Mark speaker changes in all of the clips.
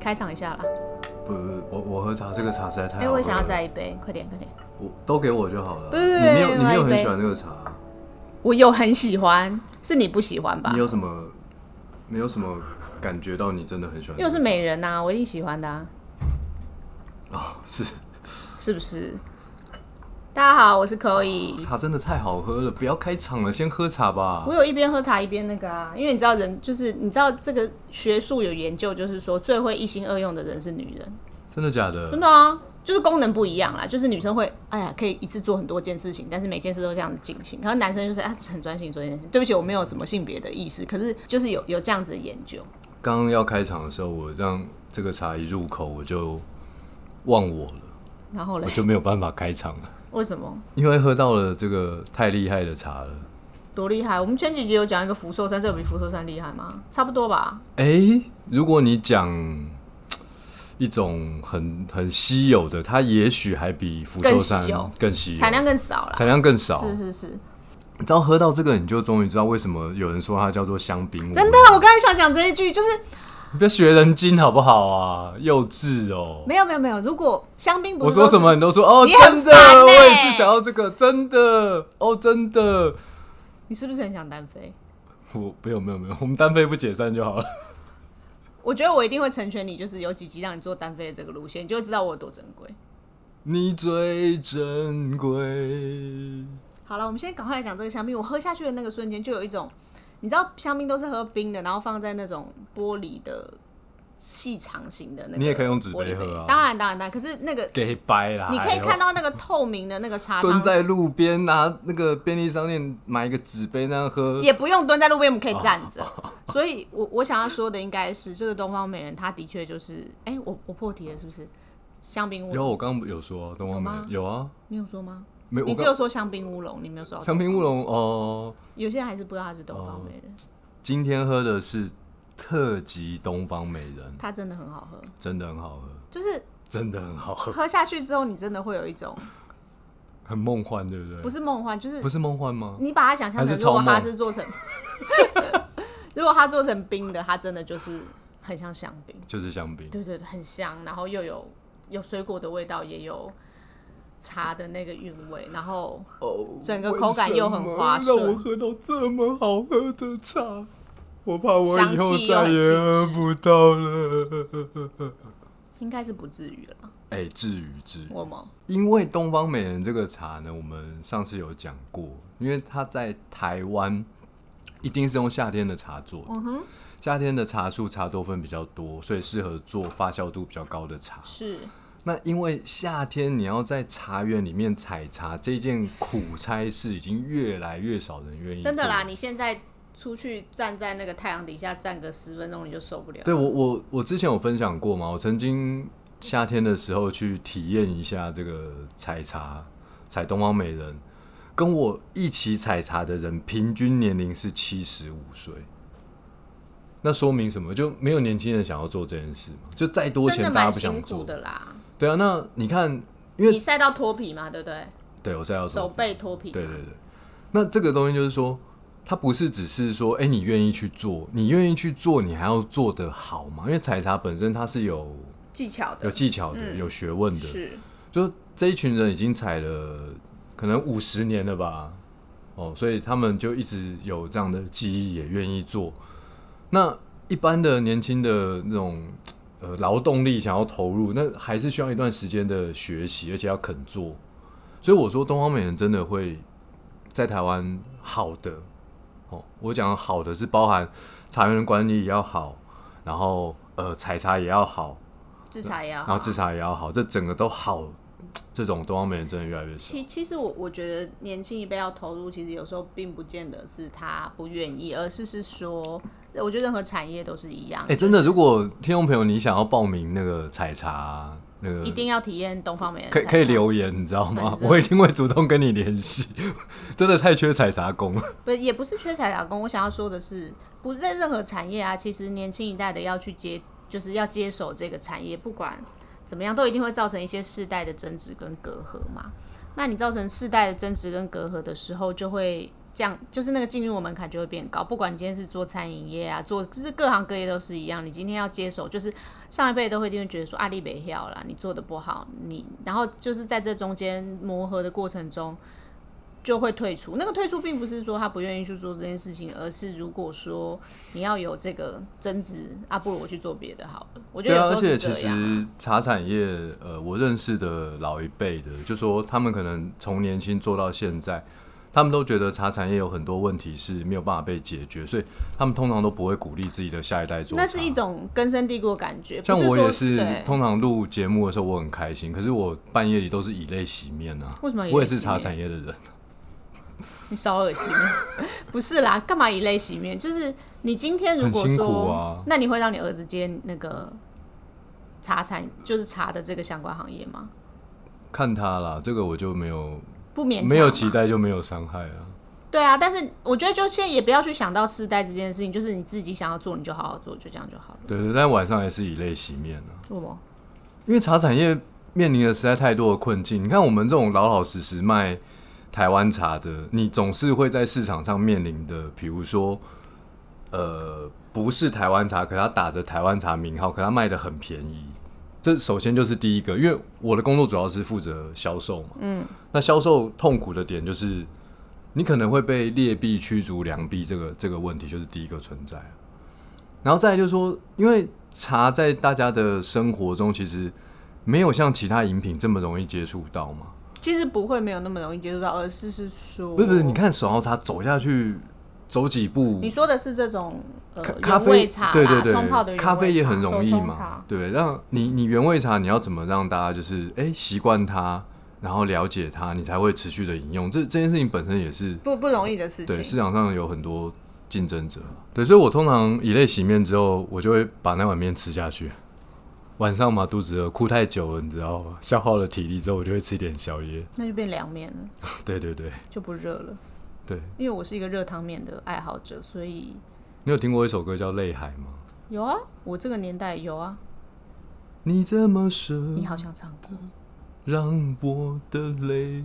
Speaker 1: 开场一下啦。
Speaker 2: 不不不，我我喝茶，这个茶实在太
Speaker 1: 哎、
Speaker 2: 好喝了。
Speaker 1: 我也想要再一杯，快点快点。
Speaker 2: 我都给我就好了。
Speaker 1: 不不
Speaker 2: 你没有
Speaker 1: 不
Speaker 2: 你
Speaker 1: 来
Speaker 2: 没有
Speaker 1: 一
Speaker 2: 很
Speaker 1: 杯
Speaker 2: 喜欢这个茶，
Speaker 1: 我有很喜欢，是你不喜欢吧
Speaker 2: 你？有什么没有什么感觉到你真的很喜欢这
Speaker 1: 又
Speaker 2: 个
Speaker 1: 是
Speaker 2: 茶？
Speaker 1: 美人呐、我一定喜欢的、啊，
Speaker 2: 哦，是
Speaker 1: 是不是？大家好，我是 Chloe。
Speaker 2: 茶真的太好喝了，不要开场了，先喝茶吧
Speaker 1: 我。有一边喝茶一边那个啊，因为你知道人就是你知道这个学术有研究，就是说最会一心二用的人是女人，
Speaker 2: 真的假
Speaker 1: 真
Speaker 2: 的？
Speaker 1: 的啊，就是功能不一样啦，就是女生会哎呀可以一次做很多件事情，但是每件事都这样进行，然后男生就是啊很专心做一件事。对不起，我没有什么性别的意识，可是就是有有这样子的研究，
Speaker 2: 刚刚要开场的时候，我让这个茶一入口，我就忘我了，
Speaker 1: 然后嘞
Speaker 2: 我，就没有办法开场了，
Speaker 1: 为什么？
Speaker 2: 因为喝到了这个太厉害的茶了。
Speaker 1: 多厉害！我们前几集有讲一个福寿山，这有比福寿山厉害吗？差不多吧。
Speaker 2: 哎、如果你讲一种很很稀有的，它也许还比福寿山
Speaker 1: 更稀有
Speaker 2: 更稀有，
Speaker 1: 产量更少啦。
Speaker 2: 产量更少。
Speaker 1: 是是是，
Speaker 2: 你知道喝到这个，你就终于知道为什么有人说它叫做香槟。
Speaker 1: 真的，，我刚才想讲这一句，就是
Speaker 2: 你不要学人精好不好啊？幼稚哦、
Speaker 1: 没有没有没有，如果香槟不
Speaker 2: 我
Speaker 1: 是都
Speaker 2: 说
Speaker 1: 是
Speaker 2: 什么你都说哦，
Speaker 1: 你很
Speaker 2: 真的，
Speaker 1: 烦欸
Speaker 2: 我也是想要这个，真的哦，真的。
Speaker 1: 你是不是很想单飞？
Speaker 2: 我没有没有没有，我们单飞不解散就好了。
Speaker 1: 我觉得我一定会成全你，就是有几集让你做单飞的这个路线，你就会知道我有多珍贵。
Speaker 2: 你最珍贵。
Speaker 1: 好了，我们先赶快来讲这个香槟。我喝下去的那个瞬间，就有一种，你知道香槟都是喝冰的，然后放在那种玻璃的细长型的那个，
Speaker 2: 你也可以用纸杯喝啊
Speaker 1: 当然当然当然，可是那个
Speaker 2: 给掰啦！
Speaker 1: 你可以
Speaker 2: 哎呦
Speaker 1: 看到那个透明的那个茶
Speaker 2: 蹲
Speaker 1: 啊汤
Speaker 2: 在路边拿那个便利商店买一个哦纸杯那样喝，
Speaker 1: 也不用蹲在路边，我们可以站着。所以我，我想要说的应该是，这个东方美人，她的确就是，哎、我我破题了，是不是？香槟乌
Speaker 2: 有
Speaker 1: 龙，
Speaker 2: 我刚刚有说啊，东方美人有啊，
Speaker 1: 你有说吗？
Speaker 2: 没
Speaker 1: 你只
Speaker 2: 我刚
Speaker 1: 有说香槟乌龙，你没有说到
Speaker 2: 香槟乌龙哦、
Speaker 1: 有些人还是不知道她是东方美人，
Speaker 2: 今天喝的是特级东方美人，
Speaker 1: 她真的很好喝，
Speaker 2: 真的很好喝，
Speaker 1: 就是
Speaker 2: 真的很好喝，
Speaker 1: 喝下去之后，你真的会有一种
Speaker 2: 很梦幻，对不对？
Speaker 1: 不是梦幻，就是
Speaker 2: 不是梦幻吗？
Speaker 1: 你把它想象
Speaker 2: 还
Speaker 1: 成，
Speaker 2: 是
Speaker 1: 如
Speaker 2: 超
Speaker 1: 果
Speaker 2: 梦
Speaker 1: 它是做成， 如果它做成冰的，它真的就是很像香槟。
Speaker 2: 就是香槟，
Speaker 1: 对对对，很香，然后又有有水果的味道，也有茶的那个韵味，然后
Speaker 2: 哦
Speaker 1: 整个口感又很滑顺
Speaker 2: 为什么让我喝到这么好喝的茶，我怕我以后
Speaker 1: 香气又
Speaker 2: 再
Speaker 1: 很
Speaker 2: 也
Speaker 1: 细致
Speaker 2: 喝不到了。
Speaker 1: 应该是不至于了。
Speaker 2: 哎、至于至于。
Speaker 1: 我吗？
Speaker 2: 因为东方美人这个茶呢，我们上次有讲过，因为它在台湾一定是用夏天的茶做的，
Speaker 1: 嗯哼，
Speaker 2: 夏天的茶树茶多酚比较多，所以适合做发酵度比较高的茶。
Speaker 1: 是
Speaker 2: 那因为夏天你要在茶园里面采茶这件苦差事，已经越来越少人愿意
Speaker 1: 真的
Speaker 2: 做
Speaker 1: 啦。你现在出去站在那个太阳底下站个十分钟，你就受不了。
Speaker 2: 对我，我我之前有分享过嘛，我曾经夏天的时候去体验一下这个采茶，采东方美人，跟我一起采茶的人平均年龄是七十五岁。那说明什么？就没有年轻人想要做这件事嘛？就再多
Speaker 1: 真的
Speaker 2: 钱，大家
Speaker 1: 蛮
Speaker 2: 不
Speaker 1: 辛
Speaker 2: 想
Speaker 1: 苦
Speaker 2: 做。
Speaker 1: 的啦。
Speaker 2: 对啊，那你看，因为
Speaker 1: 你晒到脱皮嘛，对不对？
Speaker 2: 对我是要
Speaker 1: 手
Speaker 2: 说，
Speaker 1: 背脱皮嘛。
Speaker 2: 对对对。那这个东西就是说，它不是只是说，哎、你愿意去做，你愿意去做，你还要做得好嘛？因为采茶本身它是有
Speaker 1: 技巧的
Speaker 2: 有技巧的，有学问的。
Speaker 1: 是
Speaker 2: 就这一群人已经采了可能五十年了吧，哦，所以他们就一直有这样的记忆，也愿意做。那一般的年轻的那种呃劳动力想要投入，那还是需要一段时间的学习，而且要肯做。所以我说，东方美人真的会在台湾好的哦，我讲好的是包含茶园管理也要好，然后呃采茶也要好，
Speaker 1: 制裁也要
Speaker 2: 然
Speaker 1: 好
Speaker 2: 后制茶也要好，这整个都好，这种东方美人真的越来越少。
Speaker 1: 其其实我我觉得年轻一辈要投入，其实有时候并不见得是他不愿意，而是是说，我觉得任何产业都是一样
Speaker 2: 哎、，真的，如果听众朋友你想要报名那个采茶，那个
Speaker 1: 一定要体验东方美人
Speaker 2: 嗯可
Speaker 1: 菜。
Speaker 2: 以可以留言，你知道 吗
Speaker 1: 反？正
Speaker 2: 我一定会主动跟你联系。 真的太缺采茶工 了，
Speaker 1: 不也不是缺采茶工，我想要说的是，不在任何产业啊，其实年轻一代的要去接，就是要接手这个产业，不管怎么样，都一定会造成一些世代的争执跟隔阂嘛。那你造成世代的争执跟隔阂的时候，就会降，就是那个进入的门槛就会变高。不管你今天是做餐饮业啊，做就是各行各业都是一样。你今天要接手，就是上一辈都会一定会觉得说啊，力北要啦，你做的不好，你然后就是在这中间磨合的过程中。就会退出。那个退出并不是说他不愿意去做这件事情，而是如果说你要有这个争执，啊，不如我去做别的好了。我觉
Speaker 2: 对
Speaker 1: 得
Speaker 2: 啊，
Speaker 1: 有时
Speaker 2: 而
Speaker 1: 候是
Speaker 2: 且其
Speaker 1: 这样啊、
Speaker 2: 实茶产业，呃，我认识的老一辈的，就说他们可能从年轻做到现在，他们都觉得茶产业有很多问题是没有办法被解决，所以他们通常都不会鼓励自己的下一代做茶。
Speaker 1: 那是一种根深蒂固的感觉。
Speaker 2: 像
Speaker 1: 不
Speaker 2: 我
Speaker 1: 说
Speaker 2: 也是
Speaker 1: 对，
Speaker 2: 通常录节目的时候我很开心，可是我半夜里都是以泪洗面啊。
Speaker 1: 为什么以泪
Speaker 2: 我也是
Speaker 1: 哦洗
Speaker 2: 茶
Speaker 1: 面
Speaker 2: 产业的人，
Speaker 1: 你少恶心， 不是啦，干嘛以泪洗面？就是你今天如果
Speaker 2: 很辛苦
Speaker 1: 说，
Speaker 2: 啊
Speaker 1: 那你会让你儿子接那个茶产，就是茶的这个相关行业吗？
Speaker 2: 看他啦，这个我就没有
Speaker 1: 不勉强嘛，
Speaker 2: 没有期待就没有伤害啊。
Speaker 1: 对啊，但是我觉得就现在也不要去想到世代这件事情，就是你自己想要做，你就好好做，就这样就好了。
Speaker 2: 对对，但晚上也是以泪洗面啊。
Speaker 1: 为什么？
Speaker 2: 因为茶产业面临了实在太多的困境。你看，我们这种老老实实卖台湾茶的，你总是会在市场上面临的，比如说，呃，不是台湾茶，可他打着台湾茶名号，可他卖的很便宜。这首先就是第一个，因为我的工作主要是负责销售嘛，嗯，那销售痛苦的点就是，你可能会被劣币驱逐良币，这个这个问题就是第一个存在。啊然后再来就是说，因为茶在大家的生活中其实没有像其他饮品这么容易接触到嘛。
Speaker 1: 其实不会没有那么容易接触到，而是是说，
Speaker 2: 不是不是，你，看手摇茶走下去走几步
Speaker 1: 你，说的是这种呃
Speaker 2: 咖咖
Speaker 1: 原
Speaker 2: 啡
Speaker 1: 味茶啦，
Speaker 2: 对对对
Speaker 1: 冲泡的，原味
Speaker 2: 咖啡也很
Speaker 1: 茶
Speaker 2: 容易
Speaker 1: 手冲茶
Speaker 2: 嘛。对，让你你原味茶你要怎么让大家就是哎习惯它，然后了解它，你才会持续的饮用。这这件事情本身也是
Speaker 1: 不不容易的事情。
Speaker 2: 对，市场上有很多竞争者。对，所以我通常以泪洗面之后，我就会把那碗面吃下去。晚上嘛，肚子饿，哭太久了，你知道吗？消耗了体力之后，我就会吃一点宵夜。
Speaker 1: 那就变凉面了，
Speaker 2: 对对对
Speaker 1: 就不热了。
Speaker 2: 对，
Speaker 1: 因为我是一个热汤面的爱好者，所以
Speaker 2: 你有听过一首歌叫《泪海》吗？
Speaker 1: 有啊，我这个年代有啊。
Speaker 2: 你怎么舍
Speaker 1: 你好想唱歌
Speaker 2: 让我的泪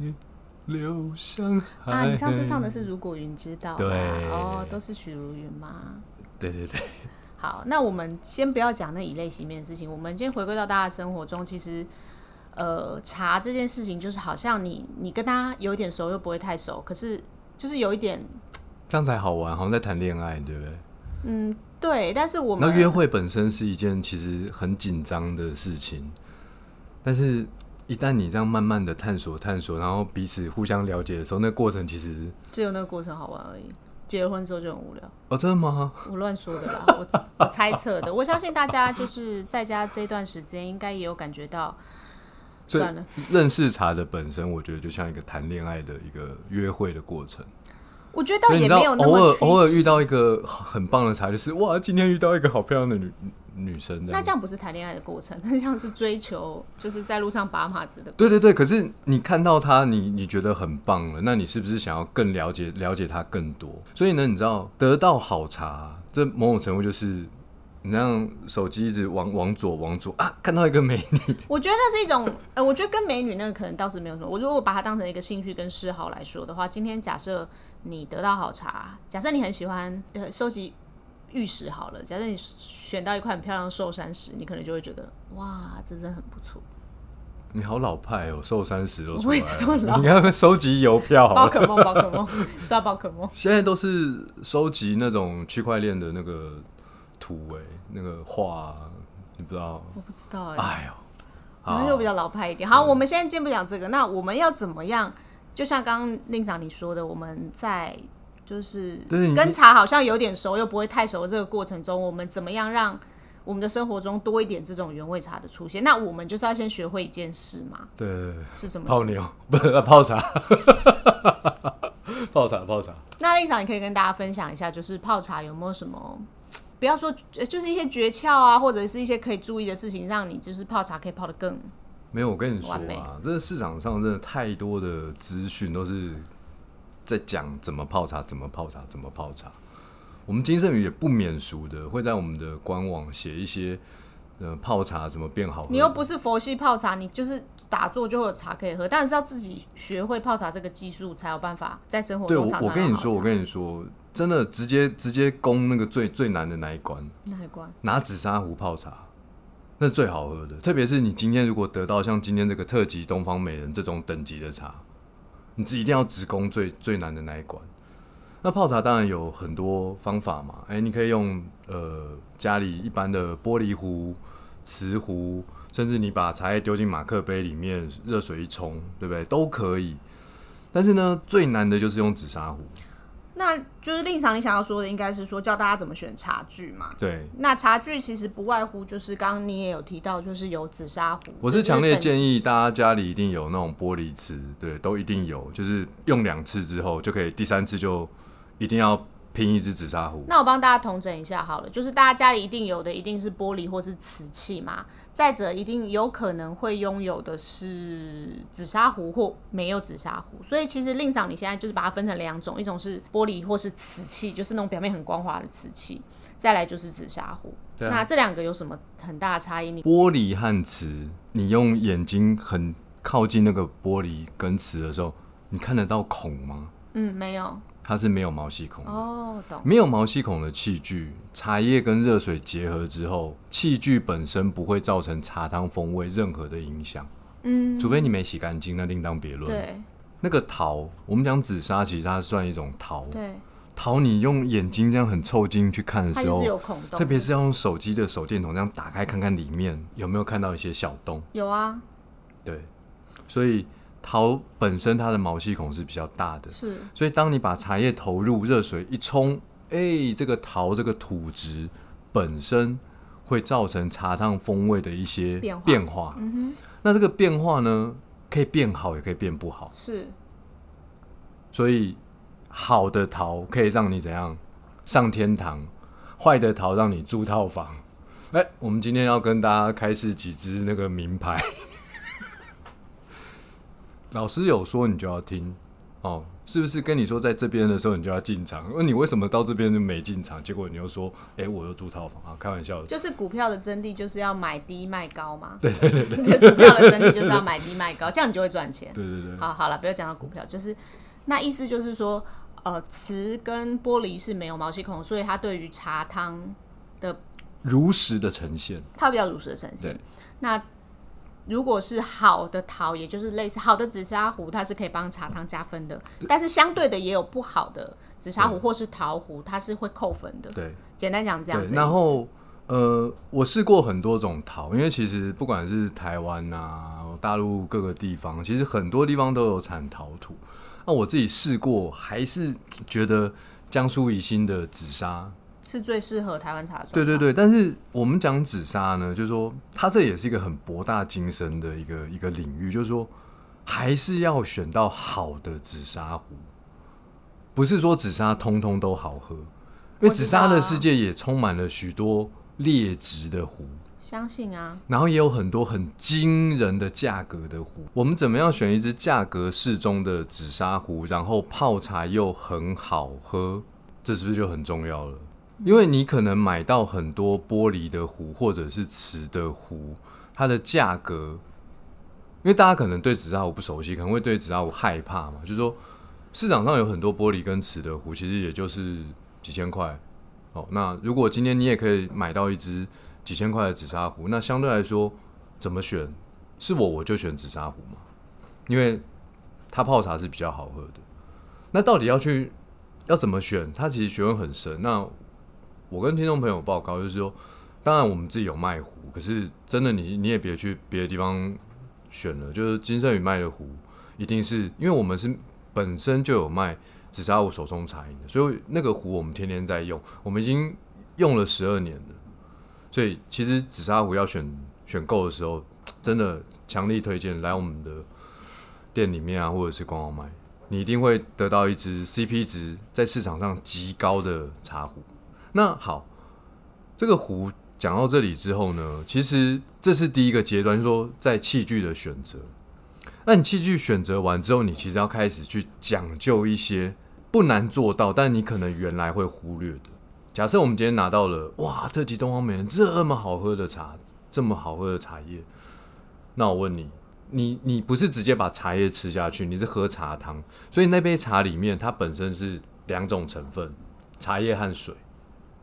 Speaker 2: 流向海？
Speaker 1: 啊？你上次唱的是《如果云知道》吧
Speaker 2: 对
Speaker 1: 哦，都是许茹芸嘛。
Speaker 2: 对对对，
Speaker 1: 好，那我们先不要讲那以泪洗面的事情，我们先回归到大家的生活中，其实。呃，茶这件事情就是好像你你跟他有一点熟又不会太熟，可是就是有一点
Speaker 2: 这样才好玩，好像在谈恋爱，对不对？
Speaker 1: 嗯对，但是我
Speaker 2: 那
Speaker 1: 们
Speaker 2: 约会本身是一件其实很紧张的事情，但是一旦你这样慢慢的探索探索，然后彼此互相了解的时候，那过程其实
Speaker 1: 只有那个过程好玩而已，结了婚之后就很无聊。
Speaker 2: 哦，真的吗？
Speaker 1: 我乱说的啦，我我猜测的。我相信大家就是在家这段时间，应该也有感觉到。
Speaker 2: 所以
Speaker 1: 算了，
Speaker 2: 认识茶的本身，我觉得就像一个谈恋爱的一个约会的过程。
Speaker 1: 我觉得倒
Speaker 2: 所以你
Speaker 1: 也
Speaker 2: 知道
Speaker 1: 没有，那
Speaker 2: 偶
Speaker 1: 么
Speaker 2: 尔
Speaker 1: 曲
Speaker 2: 偶尔遇到一个很棒的茶，就是哇，今天遇到一个好漂亮的女女生
Speaker 1: 那
Speaker 2: 这样。
Speaker 1: 这样不是谈恋爱的过程，那像是追求，就是在路上把马子的。
Speaker 2: 对对对，可是你看到她，你你觉得很棒了，那你是不是想要更了解了解她更多？所以呢，你知道得到好茶，这某种程度就是你让手机一直往往左往左啊，看到一个美女，
Speaker 1: 我觉得那是一种，呃，我觉得跟美女那个可能倒是没有什么。我如果把它当成一个兴趣跟嗜好来说的话，今天假设你得到好茶，假设你很喜欢呃收集玉石好了，假设你选到一块很漂亮的寿山石，你可能就会觉得哇，这真的很不错。
Speaker 2: 你好老派哦，寿三十都出
Speaker 1: 我
Speaker 2: 来
Speaker 1: 一直都
Speaker 2: 了，你要不要收集邮票好
Speaker 1: 宝
Speaker 2: 了。
Speaker 1: 可梦，宝可 梦，抓宝可梦。
Speaker 2: 现在都是收集那种区块链的那个图哎、那个画啊，你不知道？
Speaker 1: 我不知道哎、
Speaker 2: 哎嗯呦，
Speaker 1: 可能就比较老派一点。好，我们现在先不讲这个，那我们要怎么样？就像刚刚令长你说的，我们在就是
Speaker 2: 对你
Speaker 1: 跟茶好像有点熟，又不会太熟的这个过程中，我们怎么样让我们的生活中多一点这种原味茶的出现？那我们就是要先学会一件事嘛，
Speaker 2: 对对对。
Speaker 1: 是什么
Speaker 2: 泡
Speaker 1: 事？
Speaker 2: 妞不是泡茶， 泡茶泡茶。
Speaker 1: 那令长，你可以跟大家分享一下，就是泡茶有没有什么？不要说，呃就是一些诀窍啊，或者是一些可以注意的事情，让你就是泡茶可以泡得更
Speaker 2: 没有，我跟你说
Speaker 1: 完美
Speaker 2: 啊，这市场上真的太多的资讯都是在讲怎么泡茶，怎么泡茶，怎么泡茶。我们金盛宇也不免俗的，会在我们的官网写一些呃泡茶怎么变好喝。
Speaker 1: 你又不是佛系泡茶，你就是打坐就会有茶可以喝，但是要自己学会泡茶这个技术，才有办法在生活
Speaker 2: 对
Speaker 1: 中
Speaker 2: 我
Speaker 1: 常常
Speaker 2: 我跟你说，我
Speaker 1: 你
Speaker 2: 跟你说，真的直接直接攻那个最最难的那一关，
Speaker 1: 那还关
Speaker 2: 拿紫砂壶泡茶，那是最好喝的。特别是你今天如果得到像今天这个特级东方美人这种等级的茶，你一定要直攻最最难的那一关。那泡茶当然有很多方法嘛，哎、你可以用呃家里一般的玻璃壶、瓷壶，甚至你把茶叶丢进马克杯里面，热水一冲，对不对？都可以。但是呢，最难的就是用紫砂壶。
Speaker 1: 那就是令常你想要说的，应该是说教大家怎么选茶具嘛。
Speaker 2: 对，
Speaker 1: 那茶具其实不外乎就是刚刚你也有提到，就是有紫砂壶。
Speaker 2: 我是强烈建
Speaker 1: 议，
Speaker 2: 议大家家里一定有那种玻璃瓷，对，都一定有，就是用两次之后就可以，第三次就一定要拼一支紫砂壶。
Speaker 1: 那我帮大家统整一下好了，就是大家家里一定有的一定是玻璃或是瓷器嘛，再者一定有可能会拥有的是紫砂壶或没有紫砂壶，所以其实令赏你现在就是把它分成两种，一种是玻璃或是瓷器，就是那种表面很光滑的瓷器，再来就是紫砂壶。
Speaker 2: 对啊
Speaker 1: 那这两个有什么很大的差异？你
Speaker 2: 玻璃和瓷，你用眼睛很靠近那个玻璃跟瓷的时候，你看得到孔吗？
Speaker 1: 嗯没有
Speaker 2: 它是没有毛细孔的。
Speaker 1: 哦，懂。
Speaker 2: 没有毛细孔的器具，茶叶跟热水结合之后，器具本身不会造成茶汤风味任何的影响。嗯，除非你没洗干净，那另当别论。
Speaker 1: 对
Speaker 2: 那个陶，我们讲紫砂，其实它算一种陶。
Speaker 1: 对，
Speaker 2: 陶，你用眼睛这样很凑近去看的
Speaker 1: 它
Speaker 2: 时
Speaker 1: 就是有
Speaker 2: 候，
Speaker 1: 孔洞，
Speaker 2: 特别是要用手机的手电筒这样打开看看里面有没有看到一些小洞。
Speaker 1: 有啊，
Speaker 2: 对，所以陶本身它的毛细孔是比较大的，
Speaker 1: 是
Speaker 2: 所以当你把茶叶投入热水一冲，哎、这个陶这个土质本身会造成茶汤风味的一些
Speaker 1: 变化
Speaker 2: 嗯、那这个变化呢，可以变好，也可以变不好。
Speaker 1: 是，
Speaker 2: 所以好的桃可以让你怎样上天堂，坏的桃让你住套房。哎、我们今天要跟大家开示几支那个名牌。 老师有说你就要听哦，是不是跟你说在这边的时候你就要进场？那你为什么到这边就没进场？结果你又说，哎、我又住套房啊，开玩笑的。
Speaker 1: 就是股票的真谛就是要买低卖高嘛。对对对 股票的真谛就是要买低卖高，这样你就会赚钱。
Speaker 2: 对对对，
Speaker 1: 好，好了，不要讲到股票，就是那意思就是说，呃，瓷跟玻璃是没有毛细孔，所以它对于茶汤的
Speaker 2: 如实的呈现。
Speaker 1: 它比较如实的呈现
Speaker 2: 对。
Speaker 1: 那如果是好的陶，也就是类似好的紫砂壶，它是可以帮茶汤加分的，但是相对的也有不好的紫砂壶或是陶壶，它是会扣分的。
Speaker 2: 对，
Speaker 1: 简单讲这样
Speaker 2: 对，
Speaker 1: 子。
Speaker 2: 然后呃，我试过很多种陶，因为其实不管是台湾啊、大陆各个地方，其实很多地方都有产陶土。那我自己试过，还是觉得江苏宜兴的紫砂，
Speaker 1: 是最适合台湾茶的。
Speaker 2: 对对，对。但是我们讲紫砂呢，就是说它这也是一个很博大精深的一个一个领域，就是说还是要选到好的紫砂壶，不是说紫砂通通都好喝，因为紫砂的世界也充满了许多劣质的壶。
Speaker 1: 相信啊，
Speaker 2: 然后也有很多很惊人的价格的壶。我们怎么样选一支价格适中的紫砂壶，然后泡茶又很好喝，这是不是就很重要了？因为你可能买到很多玻璃的壶或者是瓷的壶，它的价格，因为大家可能对紫砂壶不熟悉，可能会对紫砂壶害怕嘛，就是说市场上有很多玻璃跟瓷的壶，其实也就是几千块。哦，那如果今天你也可以买到一支几千块的紫砂壶，那相对来说怎么选？是我我就选紫砂壶嘛，因为它泡茶是比较好喝的。那到底要去要怎么选？它其实学问很深。那我跟听众朋友报告就是说，当然我们自己有卖壶，可是真的你你也别去别的地方选了，就是金圣宇卖的壶，一定是因为我们是本身就有卖紫砂壶手冲茶饮的，所以那个壶我们天天在用，我们已经用了十二年了。所以其实紫砂壶要选选购的时候，真的强力推荐来我们的店里面啊，或者是官网买，你一定会得到一支 CP 值在市场上极高的茶壶。那好，这个壶讲到这里之后呢，其实这是第一个阶段，就是说在器具的选择。那你器具选择完之后，你其实要开始去讲究一些不难做到，但你可能原来会忽略的。假设我们今天拿到了哇，特级东方美人这么好喝的茶，这么好喝的茶叶，那我问你，你你不是直接把茶叶吃下去，你是喝茶汤，所以那杯茶里面它本身是两种成分，茶叶和水。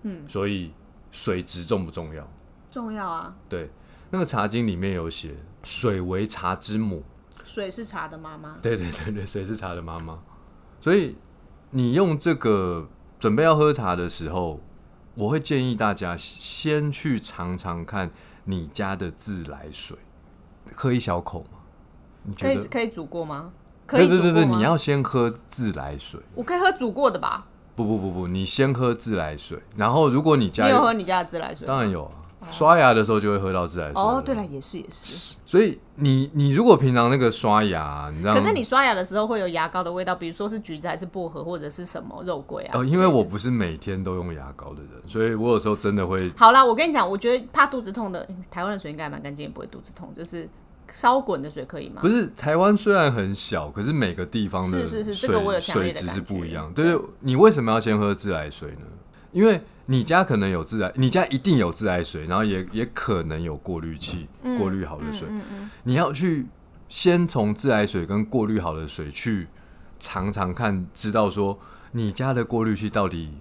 Speaker 2: 嗯，所以水质重不重要？
Speaker 1: 重要啊，
Speaker 2: 对，那个茶经里面有写“水为茶之母
Speaker 1: 水是茶的妈妈”，。
Speaker 2: 对对对对，水是茶的妈妈。所以你用这个准备要喝茶的时候，我会建议大家先去尝尝看你家的自来水，喝一小口嘛。你
Speaker 1: 可
Speaker 2: 觉
Speaker 1: 以
Speaker 2: 得？
Speaker 1: 可以煮过吗？
Speaker 2: 不
Speaker 1: 可以
Speaker 2: 是
Speaker 1: 煮
Speaker 2: 不
Speaker 1: 过
Speaker 2: 是
Speaker 1: 吗？
Speaker 2: 不是，你要先喝自来水。
Speaker 1: 我可以喝煮过的吧？
Speaker 2: 不不不不，你先喝自来水，然后如果你
Speaker 1: 你
Speaker 2: 家
Speaker 1: 有喝你家的自来水吗？
Speaker 2: 当然有啊，刷牙的时候就会喝到自来水。
Speaker 1: 哦，对了，也是也是。
Speaker 2: 所以你你如果平常那个刷牙，啊你知道
Speaker 1: 可是你刷牙的时候会有牙膏的味道，比如说是橘子还是薄荷或者是什么肉桂啊？
Speaker 2: 呃，因为我不是每天都用牙膏的人，所以我有时候真的会
Speaker 1: 好啦，我跟你讲，我觉得怕肚子痛的，嗯台湾的水应该还蛮干净，也不会肚子痛。就是烧滚的水可以吗
Speaker 2: 不？是台湾虽然很小，可是每个地方
Speaker 1: 是
Speaker 2: 的
Speaker 1: 是是这
Speaker 2: 水
Speaker 1: 个我有强
Speaker 2: 水
Speaker 1: 烈的
Speaker 2: 质
Speaker 1: 感觉
Speaker 2: 是不一样。对对，你为什么要先喝自来水呢？因为你家可能有自来，你家一定有自来水，然后也也可能有过滤器，
Speaker 1: 嗯
Speaker 2: 过滤好的水。你要去先从自来水跟过滤好的水去尝尝看，知道说你家的过滤器到底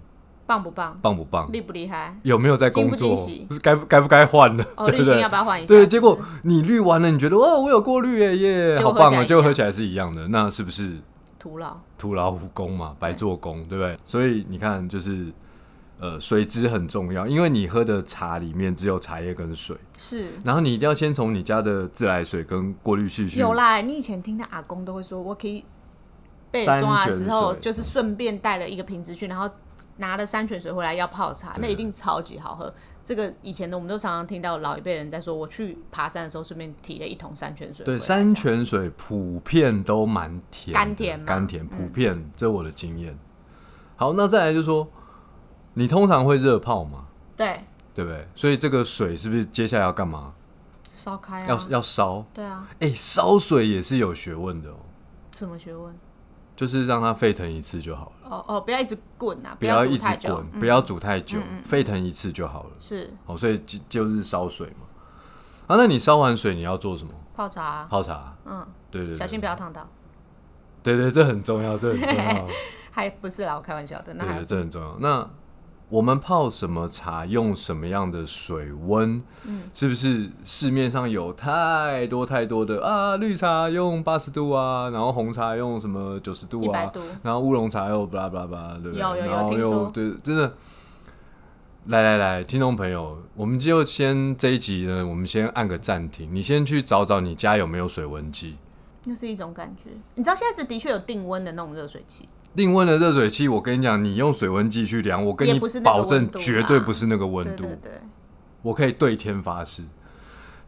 Speaker 1: 棒不棒？
Speaker 2: 棒不棒，
Speaker 1: 厉不厉害？
Speaker 2: 有没有在工作
Speaker 1: 惊不惊喜，
Speaker 2: 该不该不该换的，
Speaker 1: 哦，
Speaker 2: 对
Speaker 1: 滤
Speaker 2: 不
Speaker 1: 芯
Speaker 2: 对
Speaker 1: 要？不要换一下？
Speaker 2: 对，结果你滤完了，你觉得哇，我有过滤耶耶，
Speaker 1: 结
Speaker 2: 好
Speaker 1: 果
Speaker 2: 棒
Speaker 1: 喝起
Speaker 2: 哦！
Speaker 1: 来
Speaker 2: 结果
Speaker 1: 一样
Speaker 2: 喝起来是一样的，那是不是
Speaker 1: 徒劳。
Speaker 2: 徒劳无功嘛，白做工，对不对？所以你看，就是呃，水质很重要，因为你喝的茶里面只有茶叶跟水，
Speaker 1: 是
Speaker 2: 然后你一定要先从你家的自来水跟过滤器去
Speaker 1: 有啦，你以前听到阿公都会说，我可以被刷的时
Speaker 2: 山泉
Speaker 1: 候，
Speaker 2: 水
Speaker 1: 就是顺便带了一个瓶子去，然后拿了山泉水回来要泡茶，
Speaker 2: 对啊
Speaker 1: 那一定超级好喝。这个以前的我们都常常听到老一辈人在说，我去爬山的时候顺便提了一桶山泉水回
Speaker 2: 对，
Speaker 1: 来。
Speaker 2: 山泉水普遍都蛮甜的，
Speaker 1: 甘甜吗嗯
Speaker 2: 甘甜，普遍，这是我的经验。好，那再来就是说，你通常会热泡嘛，
Speaker 1: 对
Speaker 2: 对不对？所以这个水是不是接下来要干嘛？
Speaker 1: 烧开
Speaker 2: 要
Speaker 1: 啊，
Speaker 2: 要烧？
Speaker 1: 对啊，
Speaker 2: 哎、烧水也是有学问的哦，
Speaker 1: 什么学问？
Speaker 2: 就是让它沸腾一次就好了，
Speaker 1: 哦哦，不要一直滚啊，
Speaker 2: 不
Speaker 1: 要
Speaker 2: 一
Speaker 1: 煮
Speaker 2: 直
Speaker 1: 太久嗯
Speaker 2: 滚，。不要煮太久，沸腾一次就好了。
Speaker 1: 是
Speaker 2: 哦，所以就就是烧水嘛。啊，那你烧完水你要做什么？
Speaker 1: 泡茶啊，
Speaker 2: 泡茶？
Speaker 1: 嗯，
Speaker 2: 对对
Speaker 1: 小
Speaker 2: 对，
Speaker 1: 心不要烫到。
Speaker 2: 对对，这很重要，这很重要，
Speaker 1: 还不是啦，我开玩笑的。那
Speaker 2: 对
Speaker 1: 还有
Speaker 2: 对，
Speaker 1: 什
Speaker 2: 这
Speaker 1: 么
Speaker 2: 很重要。那我们泡什么茶，用什么样的水温？
Speaker 1: 嗯
Speaker 2: 是不是市面上有太多太多的啊？绿茶用八十度啊，然后红茶用什么九十度
Speaker 1: 一
Speaker 2: 啊
Speaker 1: 百？度，
Speaker 2: 然后乌龙茶又巴拉巴拉巴拉，对不对？
Speaker 1: 有有有
Speaker 2: 然后
Speaker 1: 听
Speaker 2: 又
Speaker 1: 说
Speaker 2: 对，真的。来来来，听众朋友，我们就先这一集呢，我们先按个暂停，你先去找找你家有没有水温计。
Speaker 1: 那是一种感觉。你知道现在这的确有定温的那种热水器，
Speaker 2: 另温的热水器，我跟你讲，你用水温计去量，我跟
Speaker 1: 也
Speaker 2: 你
Speaker 1: 不是那个
Speaker 2: 保证
Speaker 1: 温度
Speaker 2: 绝
Speaker 1: 啦
Speaker 2: 对不是那个温
Speaker 1: 对
Speaker 2: 度，
Speaker 1: 对对，
Speaker 2: 我可以对天发誓。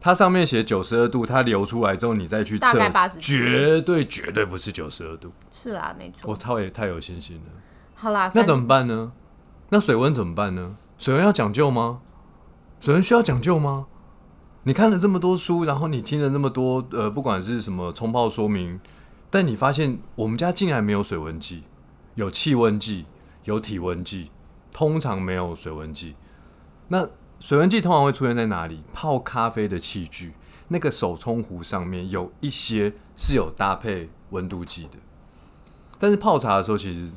Speaker 2: 它上面写九十二度，它流出来之后，你再去
Speaker 1: 大
Speaker 2: 测
Speaker 1: 概80，
Speaker 2: 绝对绝对不是九十二度。
Speaker 1: 是啦，没
Speaker 2: 我
Speaker 1: 错。
Speaker 2: 太有太有信心了。
Speaker 1: 好啦，
Speaker 2: 那
Speaker 1: 反
Speaker 2: 怎么办呢？那水温怎么办呢？水温要讲究吗？水温需要讲究吗？你看了这么多书，然后你听了那么多呃，不管是什么冲泡说明，但你发现我们家竟然没有水温计，有气温计，有体温计，通常没有水温计。那水温计通常会出现在哪里？泡咖啡的器具，那个手冲壶上面有一些是有搭配温度计的，但是泡茶的时候其实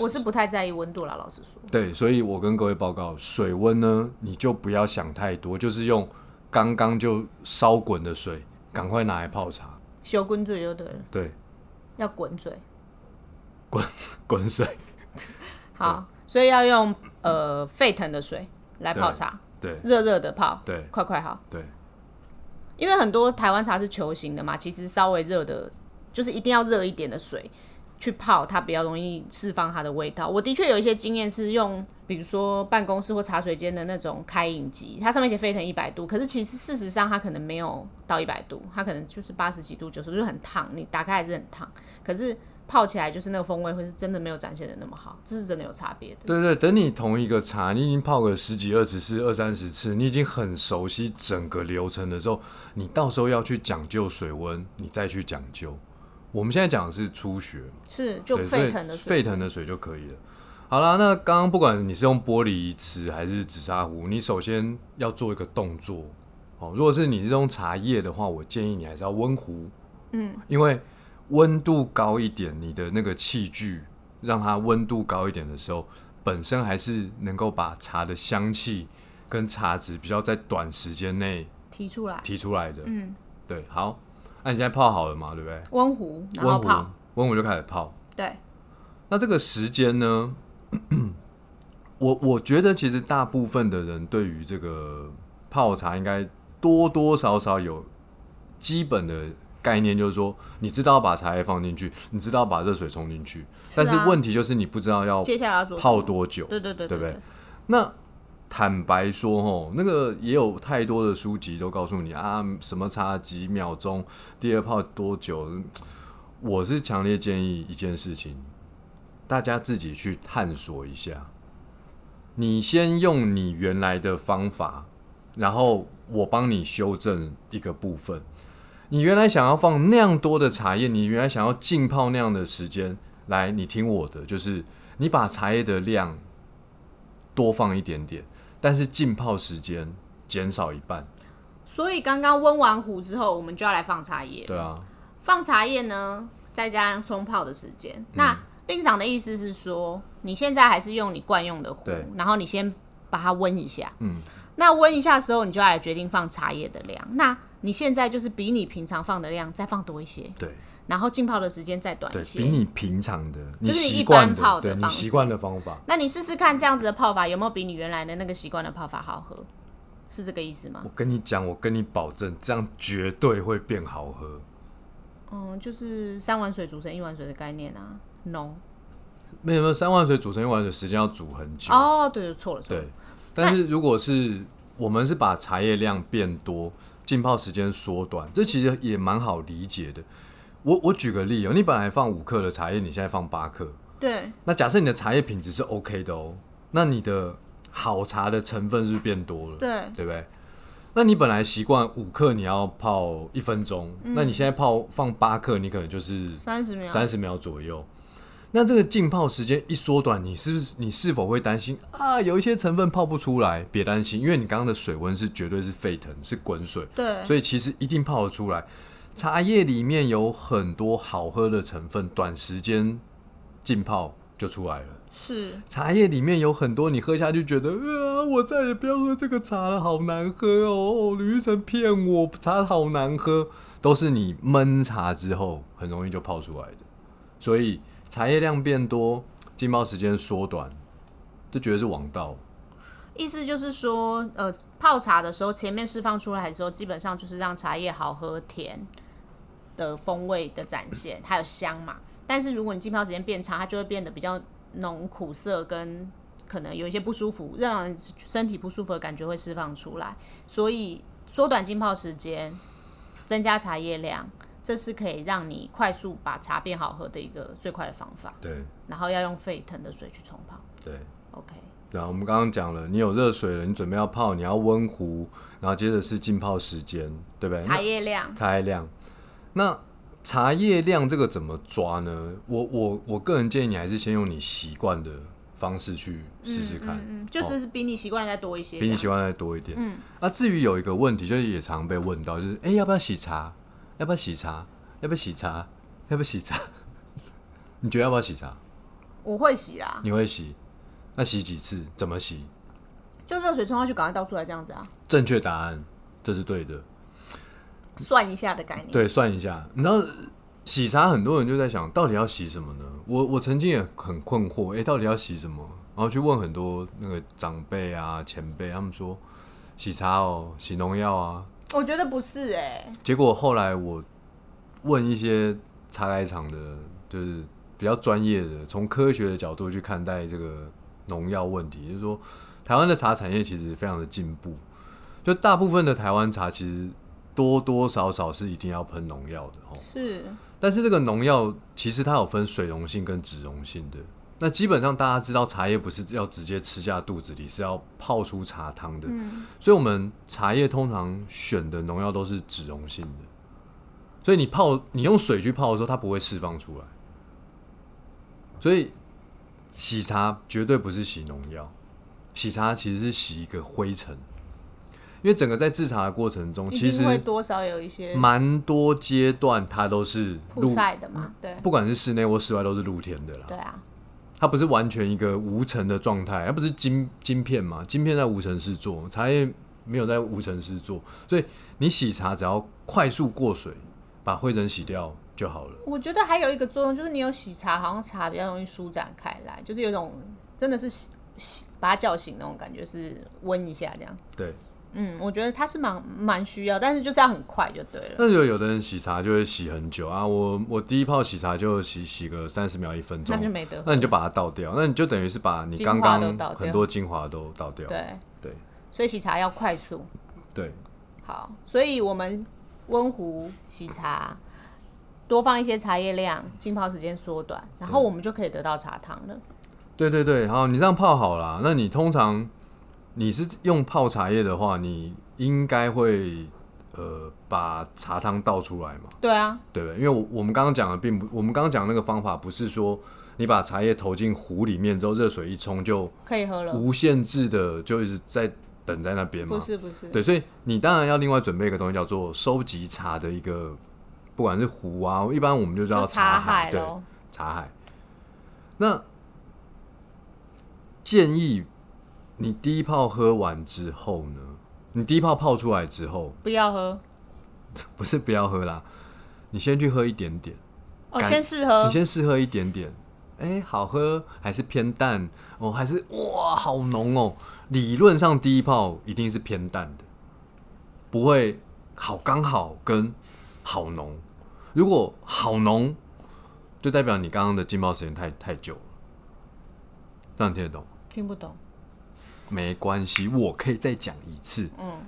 Speaker 1: 我是不太在意温度啦，老实说。
Speaker 2: 对，所以我跟各位报告，水温呢，你就不要想太多，就是用刚刚就烧滚的水，赶快拿来泡茶。
Speaker 1: 修滚嘴就对了，
Speaker 2: 对，
Speaker 1: 要滚嘴。
Speaker 2: 滚水。
Speaker 1: 好，所以要用呃沸腾的水来泡茶，
Speaker 2: 对
Speaker 1: 热热的泡，
Speaker 2: 对
Speaker 1: 快快好。
Speaker 2: 对
Speaker 1: 因为很多台湾茶是球形的嘛，其实稍微热的，就是一定要热一点的水去泡，它比较容易释放它的味道。我的确有一些经验是用，比如说办公室或茶水间的那种开饮机，它上面写沸腾一百度，可是其实事实上它可能没有到一百度，它可能就是八十几度、九十度，就很烫，你打开还是很烫，可是泡起来就是那个风味会是真的没有展现的那么好，这是真的有差别的。
Speaker 2: 对对，等你同一个茶，你已经泡个十几、二十次、二三十次，你已经很熟悉整个流程的时候，你到时候要去讲究水温，你再去讲究。我们现在讲的是初学嘛
Speaker 1: 是，就
Speaker 2: 对
Speaker 1: 沸腾的
Speaker 2: 所以
Speaker 1: 水，
Speaker 2: 沸
Speaker 1: 嗯
Speaker 2: 腾的水就可以了。好啦，那刚刚不管你是用玻璃池还是紫砂壶，你首先要做一个动作，哦，如果是你是用茶叶的话，我建议你还是要温壶，嗯，因为温度高一点，你的那个器具让它温度高一点的时候，本身还是能够把茶的香气跟茶质比较在短时间内
Speaker 1: 提出来，
Speaker 2: 提出来的。
Speaker 1: 嗯，
Speaker 2: 对，好，那、你现在泡好了嘛，对不对？
Speaker 1: 温壶，然后
Speaker 2: 温壶
Speaker 1: 泡，，
Speaker 2: 温壶就开始泡。
Speaker 1: 对，
Speaker 2: 那这个时间呢？ 我我觉得其实大部分的人对于这个泡茶应该多多少少有基本的概念，就是说你知道把茶叶放进去，你知道把热水冲进去，
Speaker 1: 是啊
Speaker 2: 但是问题就是你不知道要
Speaker 1: 接下来要做什
Speaker 2: 泡
Speaker 1: 么，
Speaker 2: 多久。
Speaker 1: 对对对
Speaker 2: 对不
Speaker 1: 对
Speaker 2: 对那坦白说，吼，那个也有太多的书籍都告诉你啊，什么差几秒钟，第二泡多久。我是强烈建议一件事情，大家自己去探索一下。你先用你原来的方法，然后我帮你修正一个部分。你原来想要放那样多的茶叶，你原来想要浸泡那样的时间，来，你听我的，就是你把茶叶的量多放一点点，但是浸泡时间减少一半。
Speaker 1: 所以刚刚温完壶之后，我们就要来放茶叶。
Speaker 2: 对啊，
Speaker 1: 放茶叶呢，再加上冲泡的时间。
Speaker 2: 嗯
Speaker 1: 那令赏的意思是说，你现在还是用你惯用的壶
Speaker 2: 对，
Speaker 1: 然后你先把它温一下。
Speaker 2: 嗯，
Speaker 1: 那温一下的时候，你就要来决定放茶叶的量。那你现在就是比你平常放的量再放多一些，
Speaker 2: 对
Speaker 1: 然后浸泡的时间再短
Speaker 2: 对
Speaker 1: 一，些
Speaker 2: 比。你平常的、你
Speaker 1: 就是
Speaker 2: 习
Speaker 1: 一
Speaker 2: 惯
Speaker 1: 般泡的
Speaker 2: 对你
Speaker 1: 方式
Speaker 2: 习惯的方法，
Speaker 1: 那你试试看这样子的泡法有没有比你原来的那个习惯的泡法好喝？是这个意思吗
Speaker 2: 我？跟你讲，我跟你保证，这样绝对会变好喝。
Speaker 1: 嗯，就是三碗水煮成一碗水的概念啊，浓、
Speaker 2: 没有没有，三碗水煮成一碗水，时间要煮很久。
Speaker 1: 哦，对，错了错了
Speaker 2: 对，，但是如果是我们是把茶叶量变多，浸泡时间缩短，这其实也蛮好理解的。我我举个例哦，你本来放五克的茶叶，你现在放八克，
Speaker 1: 对，
Speaker 2: 那假设你的茶叶品质是 OK 的哦，那你的好茶的成分是不是变多了？
Speaker 1: 对，
Speaker 2: 对不对？那你本来习惯五克你要泡一分钟，那你现在泡放八克，你可能就是
Speaker 1: 嗯三十秒，
Speaker 2: 三十秒左右。那这个浸泡时间一缩短，你是不是你是否会担心啊？有一些成分泡不出来，别担心，因为你刚刚的水温是绝对是沸腾，是滚水，
Speaker 1: 对，
Speaker 2: 所以其实一定泡得出来。茶叶里面有很多好喝的成分，短时间浸泡就出来了。
Speaker 1: 是，
Speaker 2: 茶叶里面有很多你喝下去觉得，啊，我再也不要喝这个茶了，好难喝哦！吕玉成骗我，茶好难喝，都是你闷茶之后很容易就泡出来的。所以茶叶量变多，浸泡时间缩短，这绝对是王道。
Speaker 1: 意思就是说，呃，泡茶的时候，前面释放出来的时候，基本上就是让茶叶好喝甜的风味的展现，还有香嘛。但是如果你浸泡时间变长，它就会变得比较浓苦涩跟。可能有一些不舒服，让人身体不舒服的感觉会释放出来，所以缩短浸泡时间，增加茶叶量，这是可以让你快速把茶变好喝的一个最快的方法。
Speaker 2: 对
Speaker 1: 然后要用沸腾的水去冲泡。
Speaker 2: 对
Speaker 1: OK，
Speaker 2: 对啊，我们刚刚讲了，你有热水了，你准备要泡，你要温壶，然后接着是浸泡时间，对不对？
Speaker 1: 茶叶量
Speaker 2: 茶叶量。那茶叶量这个怎么抓呢？我我我个人建议你还是先用你习惯的方式去试试看，
Speaker 1: 嗯，就只是比你习惯的再多一些这
Speaker 2: 哦比你
Speaker 1: 样。
Speaker 2: 喜欢的多一点。嗯。啊，至于有一个问题，就是也常被问到，就是哎、诶要不要洗茶？要不要洗茶？要不要洗茶？要不要洗茶？ 你觉得要不要洗茶？
Speaker 1: 我会洗啦，
Speaker 2: 你会洗？那洗几次？怎么洗？
Speaker 1: 就热水冲下去，赶快倒出来这样子啊，
Speaker 2: 正确答案，这是对的。
Speaker 1: 算一下的概念。，
Speaker 2: 对，算一下，你知道洗茶，很多人就在想，到底要洗什么呢？我我曾经也很困惑，诶，到底要洗什么？然后去问很多那个长辈啊、前辈，他们说洗茶哦，洗农药啊。
Speaker 1: 我觉得不是哎、
Speaker 2: 结果后来我问一些茶改厂的，就是比较专业的，从科学的角度去看待这个农药问题，就是说台湾的茶产业其实非常的进步，就大部分的台湾茶其实多多少少是一定要喷农药的哦。
Speaker 1: 是
Speaker 2: 但是这个农药其实它有分水溶性跟脂溶性的。那基本上大家知道，茶叶不是要直接吃下肚子里，是要泡出茶汤的。
Speaker 1: 嗯
Speaker 2: 所以我们茶叶通常选的农药都是脂溶性的。所以你泡，你用水去泡的时候，它不会释放出来。所以洗茶绝对不是洗农药，洗茶其实是洗一个灰尘。因为整个在制茶的过程中，
Speaker 1: 一
Speaker 2: 其
Speaker 1: 定会
Speaker 2: 实
Speaker 1: 多少有一些
Speaker 2: 蛮多阶段它都是
Speaker 1: 曝
Speaker 2: 露，
Speaker 1: 晒的嘛，对
Speaker 2: 不管是室内或室外都是露天的啦。
Speaker 1: 对啊，
Speaker 2: 它不是完全一个无尘的状态，它不是晶晶片嘛？晶片在无尘室做，茶叶没有在无尘室做，所以你洗茶只要快速过水，把灰尘洗掉就好了。
Speaker 1: 我觉得还有一个作用就是你有洗茶，好像茶比较容易舒展开来，就是有一种真的是洗洗把脚醒那种感觉，是温一下这样。
Speaker 2: 对，
Speaker 1: 嗯，我觉得它是蛮蛮需要，但是就是要很快就对了。
Speaker 2: 那就有的人洗茶就会洗很久啊，我我第一泡洗茶就洗洗个三十秒一分钟
Speaker 1: 那，就没得喝
Speaker 2: 那你就把它倒掉，那你就等于是把你
Speaker 1: 精
Speaker 2: 刚
Speaker 1: 华都
Speaker 2: 刚
Speaker 1: 倒掉
Speaker 2: 很多精华都倒掉。
Speaker 1: 对
Speaker 2: 对
Speaker 1: 所以洗茶要快速。
Speaker 2: 对，
Speaker 1: 好，所以我们温壶洗茶，多放一些茶叶量，浸泡时间缩短，然后我们就可以得到茶汤了。
Speaker 2: 对对对，好，你这样泡好啦。那你通常你是用泡茶叶的话，你应该会呃把茶汤倒出来嘛，
Speaker 1: 对啊，
Speaker 2: 对不对？因为我我们刚刚讲的并不，我们刚刚讲的那个方法不是说你把茶叶投进壶里面之后，热水一冲就
Speaker 1: 可以喝了。
Speaker 2: 无限制的就一直在等在那边嘛
Speaker 1: 不。是不是，
Speaker 2: 对，所以你当然要另外准备一个东西，叫做收集茶的一个，不管是壶啊，一般我们就叫
Speaker 1: 就
Speaker 2: 茶
Speaker 1: 茶
Speaker 2: 海，对，
Speaker 1: 喽。
Speaker 2: 茶海。那建议你第一泡喝完之后呢？你第一泡泡出来之后，
Speaker 1: 不要喝
Speaker 2: 不是不要喝啦，你先去喝一点点，
Speaker 1: 哦，
Speaker 2: 感
Speaker 1: 先试喝
Speaker 2: 你。先试喝一点点。哎、好喝还是偏淡哦？还是哇，好浓哦！理论上第一泡一定是偏淡的，不会好刚好跟好浓。如果好浓，就代表你刚刚的浸泡时间太太久了。这样听得懂？
Speaker 1: 听不懂，
Speaker 2: 没关系，我可以再讲一次。
Speaker 1: 嗯，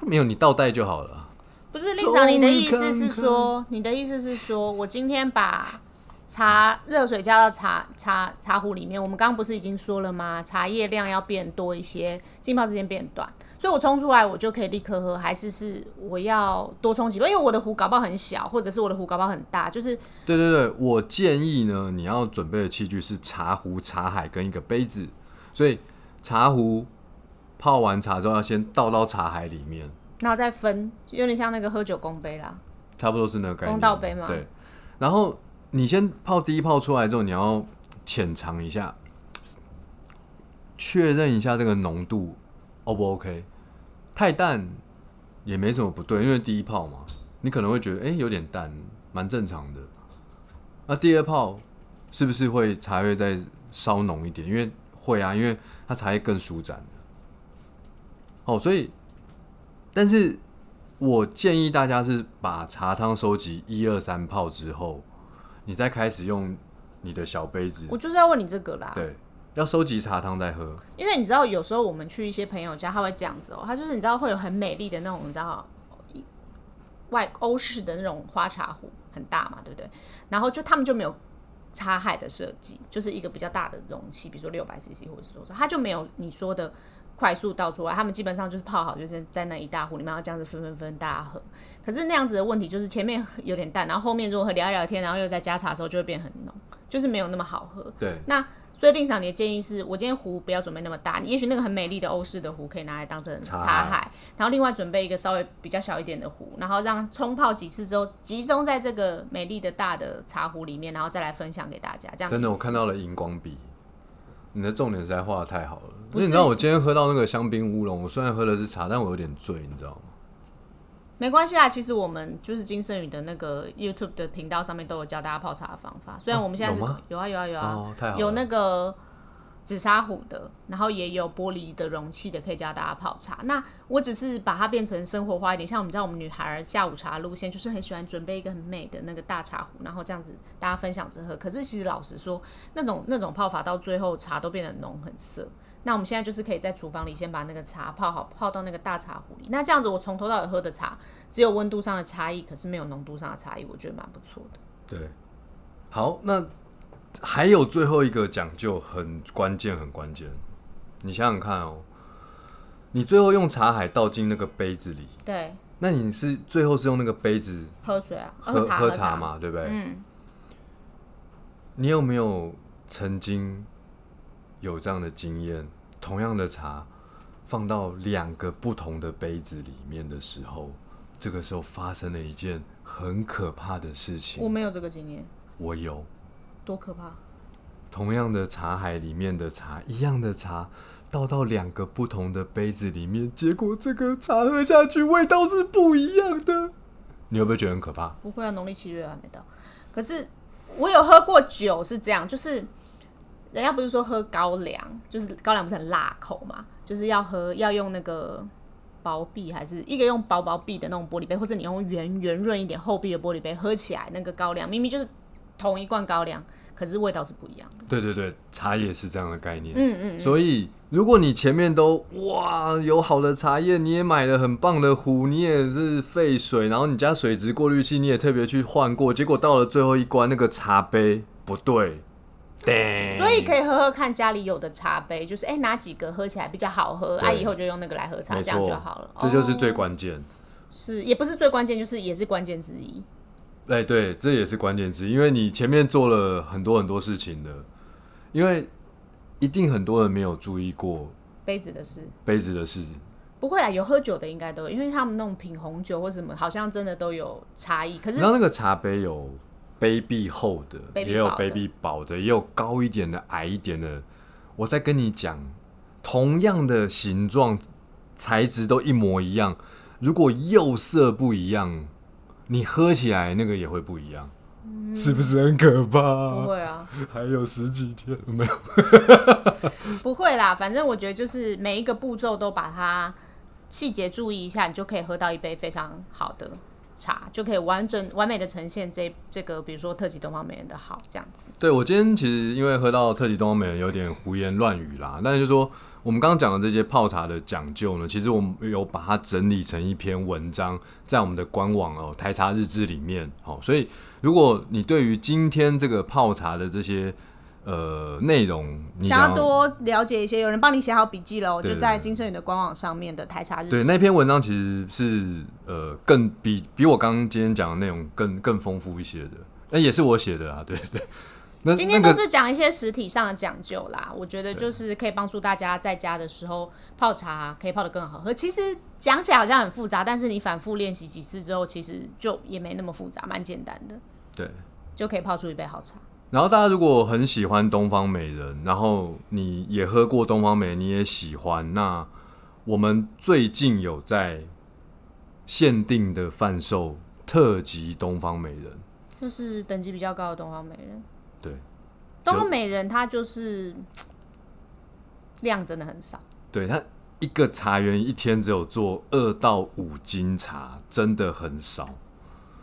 Speaker 2: 没有，你倒带就好了。
Speaker 1: 不是令长，你的意
Speaker 2: 终
Speaker 1: 思
Speaker 2: 于
Speaker 1: 是
Speaker 2: 看
Speaker 1: 说，你的意思是说我今天把茶热水加到茶茶茶壶里面，我们刚刚不是已经说了吗？茶叶量要变多一些，浸泡时间变短，所以我冲出来我就可以立刻喝，还是是我要多冲几杯？因为我的壶搞不好很小，或者是我的壶搞不好很大，就是
Speaker 2: 对对对，我建议呢，你要准备的器具是茶壶、茶海跟一个杯子。所以茶壶泡完茶之后，要先倒到茶海里面，
Speaker 1: 然后再分，有点像那个喝酒公杯啦。
Speaker 2: 差不多是那个概念。
Speaker 1: 公道杯吗
Speaker 2: 对。然后你先泡第一泡出来之后，你要浅尝一下，确认一下这个浓度 O 不 OK。太淡也没什么不对，因为第一泡嘛，你可能会觉得哎、诶有点淡，蛮正常的。那第二泡是不是会茶叶再稍浓一点？因为会啊，因为它茶叶更舒展了哦，所以，但是我建议大家是把茶汤收集一二三泡之后，你再开始用你的小杯子
Speaker 1: 我，就是要问你这个啦。
Speaker 2: 对，要收集茶汤再喝。
Speaker 1: 因为你知道，有时候我们去一些朋友家，他会这样子哦、他就是你知道会有很美丽的那种，你知道一外欧式的那种花茶壶，很大嘛，对不对？然后就他们就没有茶海的设计，就是一个比较大的容器，比如说六百 CC 或者是多少，他就没有你说的快速倒出来，他们基本上就是泡好，就是在那一大壶里面，然后这样子分分分大家喝。可是那样子的问题就是前面有点淡，然后后面如果聊一聊天，然后又再加茶的时候就会变很浓，就是没有那么好喝。
Speaker 2: 对，
Speaker 1: 那所以令赏你的建议是，我今天壶不要准备那么大，你也许那个很美丽的欧式的壶可以拿来当成
Speaker 2: 茶
Speaker 1: 茶
Speaker 2: 海
Speaker 1: 海，然后另外准备一个稍微比较小一点的壶，然后让冲泡几次之后，集中在这个美丽的大的茶壶里面，然后再来分享给大家。这样
Speaker 2: 真的，我看到了荧光笔。你的重点实在画的太好了，因
Speaker 1: 不
Speaker 2: 为
Speaker 1: 是
Speaker 2: 你知道我今天喝到那个香槟乌龙，我虽然喝的是茶，但我有点醉，你知道吗？
Speaker 1: 没关系啊，其实我们就是金圣宇的那个 YouTube 的频道上面都有教大家泡茶的方法，虽然我们现在是、
Speaker 2: 有吗
Speaker 1: 有啊有啊有啊，
Speaker 2: 哦，太好了，
Speaker 1: 有那个紫砂壶的，然后也有玻璃的容器的，可以教大家泡茶。那我只是把它变成生活化一点，像我们知道我们女孩儿下午茶路线，就是很喜欢准备一个很美的那个大茶壶，然后这样子大家分享着喝。可是其实老实说，那种那种泡法到最后茶都变得很浓很涩。那我们现在就是可以在厨房里先把那个茶泡好，泡到那个大茶壶里。那这样子，我从头到尾喝的茶只有温度上的差异，可是没有浓度上的差异，我觉得蛮不错的。
Speaker 2: 对，好，那还有最后一个讲究很关键，很关键。你想想看哦，你最后用茶海倒进那个杯子里，
Speaker 1: 对，
Speaker 2: 那你是最后是用那个杯子
Speaker 1: 喝水啊，
Speaker 2: 喝
Speaker 1: 茶
Speaker 2: 喝
Speaker 1: 喝茶
Speaker 2: 嘛，对不对？
Speaker 1: 嗯。
Speaker 2: 你有没有曾经有这样的经验？同样的茶，放到两个不同的杯子里面的时候，这个时候发生了一件很可怕的事情。
Speaker 1: 我没有这个经验，
Speaker 2: 我有
Speaker 1: 多可怕！
Speaker 2: 同样的茶海里面的茶，一样的茶，倒到两个不同的杯子里面，结果这个茶喝下去味道是不一样的。你会不会觉得很可怕？
Speaker 1: 不会啊，农历七月还没到。可是我有喝过酒，是这样，就是人家不是说喝高粱，就是高粱不是很辣口嘛，就是要喝要用那个薄壁，还是一个用薄薄壁的那种玻璃杯，或者你用圆圆润一点厚壁的玻璃杯，喝起来那个高粱明明就是同一罐高粱，可是味道是不一样的。
Speaker 2: 对对对，茶叶是这样的概念。
Speaker 1: 嗯嗯，
Speaker 2: 所以，如果你前面都哇有好的茶叶，你也买了很棒的壶，你也是废水，然后你家水质过滤器你也特别去换过，结果到了最后一关，那个茶杯不对，对，
Speaker 1: 所以可以喝喝看家里有的茶杯，就是哎、哪几个喝起来比较好喝，啊
Speaker 2: 对
Speaker 1: 以后就用那个来喝茶，
Speaker 2: 没
Speaker 1: 这样
Speaker 2: 错
Speaker 1: 就好了。
Speaker 2: 这就是
Speaker 1: 哦
Speaker 2: 最关键。
Speaker 1: 是也不是最关键，就是也是关键之一。
Speaker 2: 哎、对，这也是关键之一，因为你前面做了很多很多事情的，因为一定很多人没有注意过
Speaker 1: 杯子的事
Speaker 2: 杯子的事，
Speaker 1: 不会啦，有喝酒的应该都有，因为他们那种品红酒或什么，好像真的都有差异。可是
Speaker 2: 然后那个茶杯有杯壁厚的，
Speaker 1: 杯壁
Speaker 2: 也有
Speaker 1: 薄的
Speaker 2: 杯壁薄的，也有高一点的、矮一点的。我在跟你讲，同样的形状、材质都一模一样，如果釉色不一样，你喝起来那个也会不一样，是不是很可
Speaker 1: 嗯不
Speaker 2: 怕？
Speaker 1: 会啊，
Speaker 2: 还有十几天没有，
Speaker 1: 不会啦，反正我觉得就是每一个步骤都把它细节注意一下，你就可以喝到一杯非常好的茶，就可以完整完美的呈现这这个，比如说特级东方美人的好这样子。
Speaker 2: 对我今天其实因为喝到特级东方美人有点胡言乱语啦，但是就说我们刚刚讲的这些泡茶的讲究呢，其实我们有把它整理成一篇文章，在我们的官网哦台茶日志里面。好、所以如果你对于今天这个泡茶的这些呃内容，你
Speaker 1: 想要多了解一些，有人帮你写好笔记了，
Speaker 2: 对
Speaker 1: 就在金盛宇的官网上面的台茶日
Speaker 2: 对
Speaker 1: 记
Speaker 2: 那篇文章其实是呃更比比我刚刚今天讲的内容更更丰富一些的，那也是我写的啊，对对。那
Speaker 1: 今天
Speaker 2: 那
Speaker 1: 都
Speaker 2: 个
Speaker 1: 是讲一些实体上的讲究啦，我觉得就是可以帮助大家在家的时候泡茶可以泡得更好喝。其实讲起来好像很复杂，但是你反复练习几次之后，其实就也没那么复杂，蛮简单的，
Speaker 2: 对。
Speaker 1: 就可以泡出一杯好茶。
Speaker 2: 然后大家如果很喜欢东方美人，然后你也喝过东方美人，你也喜欢，那我们最近有在限定的贩售特级东方美人，
Speaker 1: 就是等级比较高的东方美人，
Speaker 2: 对
Speaker 1: 东方美人它就是嘖量真的很少，
Speaker 2: 对，它一个茶园一天只有做二到五斤茶，真的很少。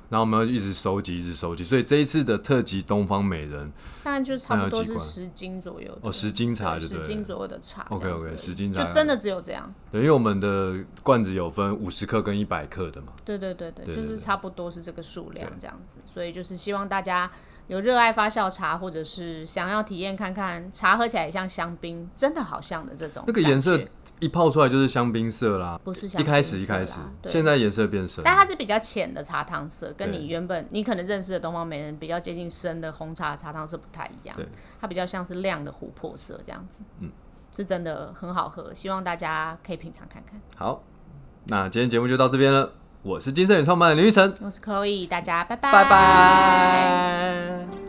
Speaker 2: 然后我们要一直收集，一直收集，所以这一次的特级东方美人
Speaker 1: 但就差不多是
Speaker 2: 那有几罐
Speaker 1: 十斤左右的
Speaker 2: 哦，十斤茶就对
Speaker 1: 十
Speaker 2: 了，
Speaker 1: 斤左右的茶这样子
Speaker 2: OK，OK，
Speaker 1: 而已
Speaker 2: 十斤茶
Speaker 1: 就真的只有这样。
Speaker 2: 对，因为我们的罐子有分五十克跟一百克的嘛。
Speaker 1: 对对对对，
Speaker 2: 对
Speaker 1: 就
Speaker 2: 对
Speaker 1: 是
Speaker 2: 对
Speaker 1: 差不多是这个数量这样子，所以就是希望大家有热爱发酵茶，或者是想要体验看看茶喝起来像香槟，真的好像的这种
Speaker 2: 那个颜色
Speaker 1: 感觉
Speaker 2: 一泡出来就是香槟色啦，
Speaker 1: 不是香槟色啦
Speaker 2: 一开始一开始，
Speaker 1: 对
Speaker 2: 现在颜色变深。
Speaker 1: 但它是比较浅的茶汤色，跟
Speaker 2: 对
Speaker 1: 你原本你可能认识的东方美人比较接近深的红茶茶汤色不太一样
Speaker 2: 对，
Speaker 1: 它比较像是亮的琥珀色这样子，嗯，是真的很好喝，希望大家可以品尝看看。
Speaker 2: 好，那今天节目就到这边了，我是金盛宇创办人林玉成，
Speaker 1: 我是 Chloe，大家拜拜，
Speaker 2: 拜拜